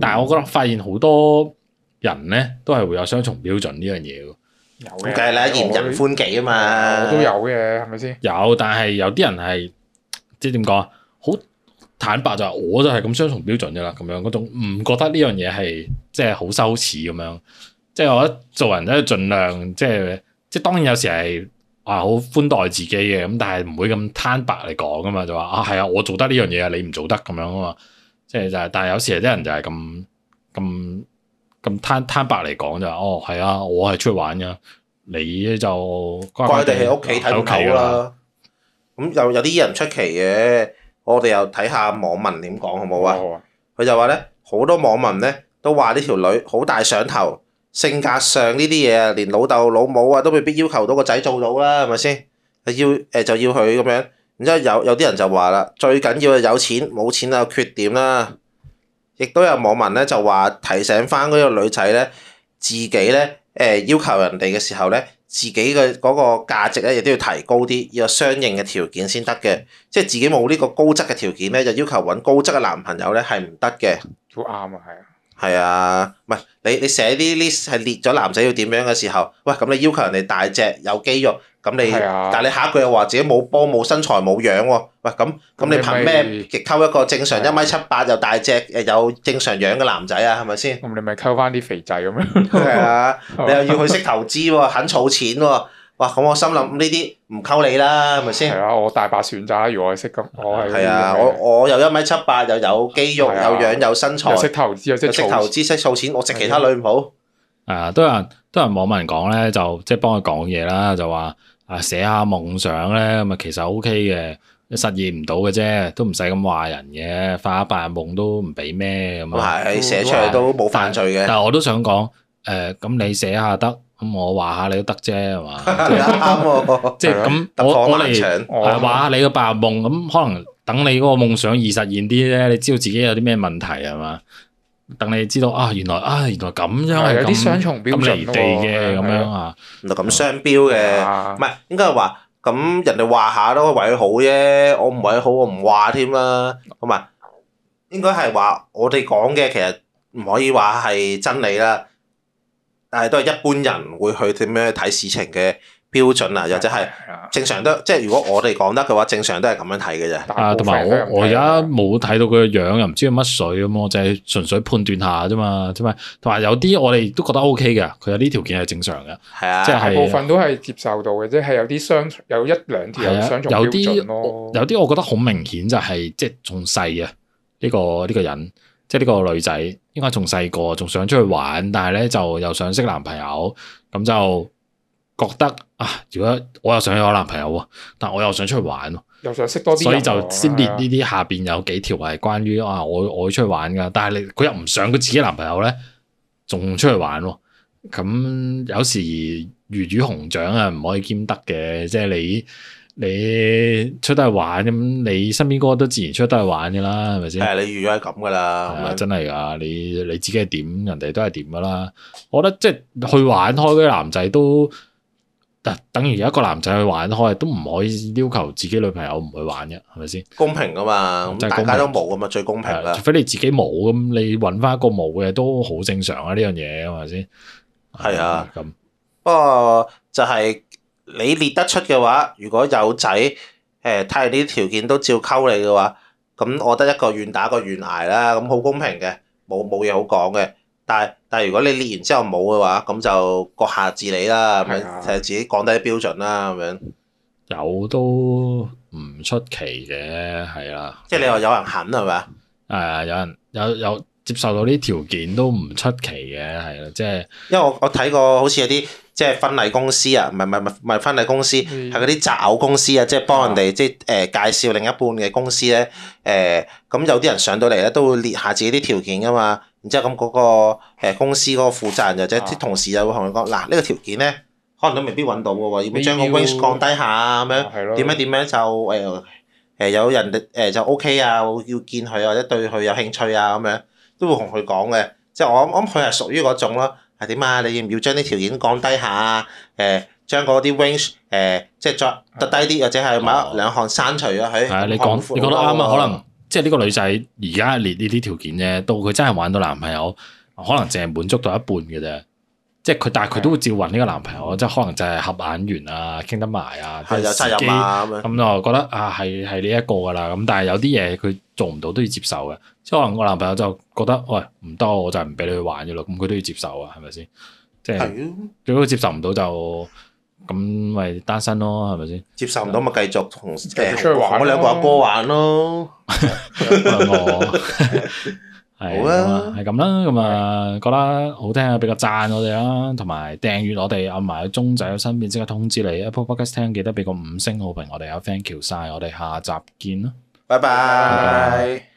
S1: 但係我覺得發現好多人呢都係會有雙重標準呢樣嘢喎。
S3: 有
S2: 咁
S1: 啊
S3: 嘅，
S2: 梗係啦，嚴人寬己啊嘛。
S3: 我都有嘅，係咪先？
S1: 有，但係有啲人係即係點講啊？好坦白就係我就係咁雙重標準嘅啦，咁樣嗰種唔覺得呢樣嘢係即係好羞恥咁樣。即係我覺得做人咧，盡量即係即係當然有時係啊好寬待自己嘅，咁但係唔會咁攤白嚟講噶嘛，就話啊係啊，我做得呢樣嘢啊，你唔做得咁樣啊嘛。即係就係，但係有時有啲人就係咁咁咁攤攤白嚟講就話哦係啊，我係出去玩㗎，你就乖
S2: 怪地喺屋企睇
S1: 喺屋
S2: 唔
S1: 企
S2: 到
S1: 㗎啦。
S2: 啦。咁有有啲人出奇嘅，我哋又睇下網民點講好冇啊？
S3: 啊，
S2: 佢就話咧，好多網民咧都話呢條女好大上頭，性格上呢啲嘢啊，連老豆老母啊都未必要求到個仔做到啦，係咪先？要誒就要佢咁樣。然之後有有啲人就話啦，最緊要係有錢，冇錢啊有缺點啦。亦都有網民咧就話提醒翻嗰個女仔咧，自己咧誒、要求人哋嘅時候咧，自己嘅嗰個價值咧亦都要提高啲，要有相應嘅條件先得嘅。即係自己冇呢個高質嘅條件咧，就要求揾高質嘅男朋友咧係唔得嘅。
S3: 都啱啊，係啊，
S2: 係啊，唔係你你寫啲 list 係列咗男仔要點樣嘅時候，喂咁你要求人哋大隻有肌肉，咁你
S3: 係啊
S2: 但係你下一句又話自己冇波冇身材冇樣喎，喂咁咁你憑
S3: 啊咁你咪啊
S2: 咩極溝一個正常一米七八又大隻誒有正常樣嘅男仔啊？係咪 先？
S3: 咁你咪溝翻啲肥仔咁 樣，
S2: 係啊，你又要佢識投資喎，肯儲錢喎，哇咁我心諗呢啲唔溝你啦，係咪先
S3: 係？啊，我大把選擇啦。如果我係識咁，我係
S2: 係啊，我我又一米七八又有肌肉
S3: 係
S2: 有
S3: 啊
S2: 樣有身材
S3: 又，識投資，又識
S2: 又識
S3: 儲
S2: 投資識儲錢，我食其他女唔好。
S1: 啊，都有人都有人網民講咧，就即係幫佢講嘢啦，就話啊寫下夢想咧，咁啊其實 O K 嘅，實現唔到嘅啫，都唔使咁話人嘅，發一白日夢都唔俾咩咁
S2: 咁
S1: 啊。
S2: 係寫出嚟都冇犯罪嘅。
S1: 但係我都想講，誒、咁你寫下得，咁我話下你都得啫，係嘛？ 即係
S2: 啱喎，
S1: 即係咁，
S2: 突
S1: 我
S2: 破
S1: 我
S2: 盲
S1: 哋
S2: 腸，
S3: 我啊
S1: 係啊話下你個白日夢，咁可能等你嗰個夢想易實現啲咧，你知道自己有啲咩問題係嘛？等你知道啊，原來啊，原來咁樣
S3: 係
S1: 係
S3: 有啲
S1: 咁
S3: 雙重標
S1: 咁
S3: 準
S1: 離
S3: 咯
S1: 地嘅咁樣
S3: 係
S1: 啊，
S2: 原來咁雙標嘅，
S3: 啊
S2: 唔係應該係話咁人哋話下都為佢好啫，我唔為佢好，我唔話添啦，同埋應該係話我哋講嘅其實唔可以話係真理啦，但係都係一般人會去點樣去睇事情嘅標準啊，或者係
S3: 係啊
S2: 正常都即係如果我哋講得嘅話，正常都係咁樣睇嘅啫。
S1: 啊，同埋我我而
S3: 啊
S1: 家冇睇到佢嘅樣，又唔知佢乜水咁，我就係純粹判斷下啫嘛，啫嘛。同埋有啲我哋都覺得 O K 嘅，佢有啲條件係正常嘅，
S2: 係啊，
S1: 即係
S3: 大部分都係接受到嘅，即係有啲相有一兩條有
S1: 係
S3: 相
S1: 啊
S3: 重，
S1: 有
S3: 標
S1: 啲
S3: 準咯。
S1: 有啲我覺得好明顯就係即係仲細啊，呢個呢個人即係呢個女仔應該仲細個，仲想出去玩，但係咧就又想識男朋友，咁就覺得啊，如果我又想有男朋友喎，但我又想出去玩喎，
S3: 又想識多啲
S1: 所以
S3: 人喎，
S1: 就先列
S3: 係啊
S1: 呢啲下邊有幾條係關於啊，我我要出去玩噶，但係你佢又唔想佢自己男朋友咧，仲出去玩喎。咁有時魚與熊掌啊，唔可以兼得嘅，即係你你出得去玩，咁你身邊嗰個都自然出得去玩噶啦，係咪先？
S3: 啊
S2: 係啊你預咗係咁噶
S1: 係
S2: 啦，咁
S1: 啊，
S2: 樣
S1: 真係噶，你你自己係點，人哋都係點噶啦。我覺得即係去玩開嗰啲男仔都，等等於有一個男仔去玩開，都唔可以要求自己女朋友唔去玩嘅，係咪先？
S2: 公平噶嘛，咁
S1: 真係
S2: 大
S1: 公平
S2: 家都冇咁啊，最公平
S1: 係啊
S2: 啦
S1: 除。非你自己冇咁，你揾翻一個冇嘅都好正常啊，呢樣嘢係咪先？
S2: 係啊，
S1: 咁
S2: 不過就係你列得出嘅話，如果有仔誒睇嚟呢啲條件都照溝你嘅話，咁我覺得一個願打一個願挨啦，咁好公平嘅，冇冇嘢好講嘅。但係但係如果你列完之後冇嘅話，咁就閣下自理啦，咁
S3: 係啊
S2: 樣就係自己降低啲標準啦，咁樣。
S1: 有都唔出奇嘅，係啦。
S2: 即係你話有人肯係咪啊？
S1: 係啊，有人有有接受到呢條件都唔出奇嘅，係啦，即係。
S2: 因為我我睇過好似有啲即係婚禮公司啊，唔係唔係唔係唔係婚禮公司。
S3: 嗯
S2: 係嗰啲擇偶公司啊，即係幫人哋即係誒介紹另一半嘅公司咧，誒、咁有啲人上到嚟咧都會列下自己啲條件噶嘛，然之後咁嗰、個、呃、公司嗰個負責人就即係
S3: 啊
S2: 啲同事就會同佢講，嗱呢、個條件咧可能都未必揾到嘅喎，要唔
S3: 你
S2: 要將個
S3: 要
S2: range 降低下啊咁樣？
S3: 係咯，
S2: 點樣點樣就誒誒、有人哋誒、就 OK 啊，要見佢或者對佢有興趣啊咁樣，都會同佢講嘅。即係我諗，我諗佢係屬於嗰種咯。係點啊？你要唔要將啲條件降低下啊？誒、將嗰啲 range 誒、即係再得低啲，或者係某一兩項刪除咗佢。
S1: 哦係啊，你
S2: 擴
S1: 講
S2: 闊
S1: 你講得
S2: 好
S1: 啱
S2: 多
S1: 啊，
S2: 喎
S1: 可能即係呢個女仔而家列呢啲條件啫，到佢真係玩到男朋友，可能淨係滿足到一半嘅啫。即係佢，但係
S2: 啊
S1: 佢都會照揾呢個男朋友，即係可能就係合眼緣啊，傾得埋啊，
S2: 係有責
S1: 自己
S2: 任啊咁樣。
S1: 咁就覺得啊，係係呢一個噶啦。咁但係有啲嘢佢做唔到都要接受嘅，即係可能我男朋友就覺得喂唔得，我就唔俾你去玩嘅咯。咁佢都要接受啊，係咪先？即係
S2: 係咯，
S1: 如果佢接受唔到就咁咪單身咯，係咪 先？
S2: 接受唔到咪繼續同誒
S3: 續出去玩咯
S2: 我兩個阿哥玩咯。
S1: 我係
S2: 好啊
S1: 啊，係咁啦，咁啊，覺得好聽啊，俾個讚我哋啦，同埋訂閱我哋，按啊埋個鐘仔喺身邊即刻通知你。Apple Podcast 聽記得俾個五星好評我哋啊，thank you 晒，我哋下集見啦。
S2: 拜
S3: 拜
S2: 拜。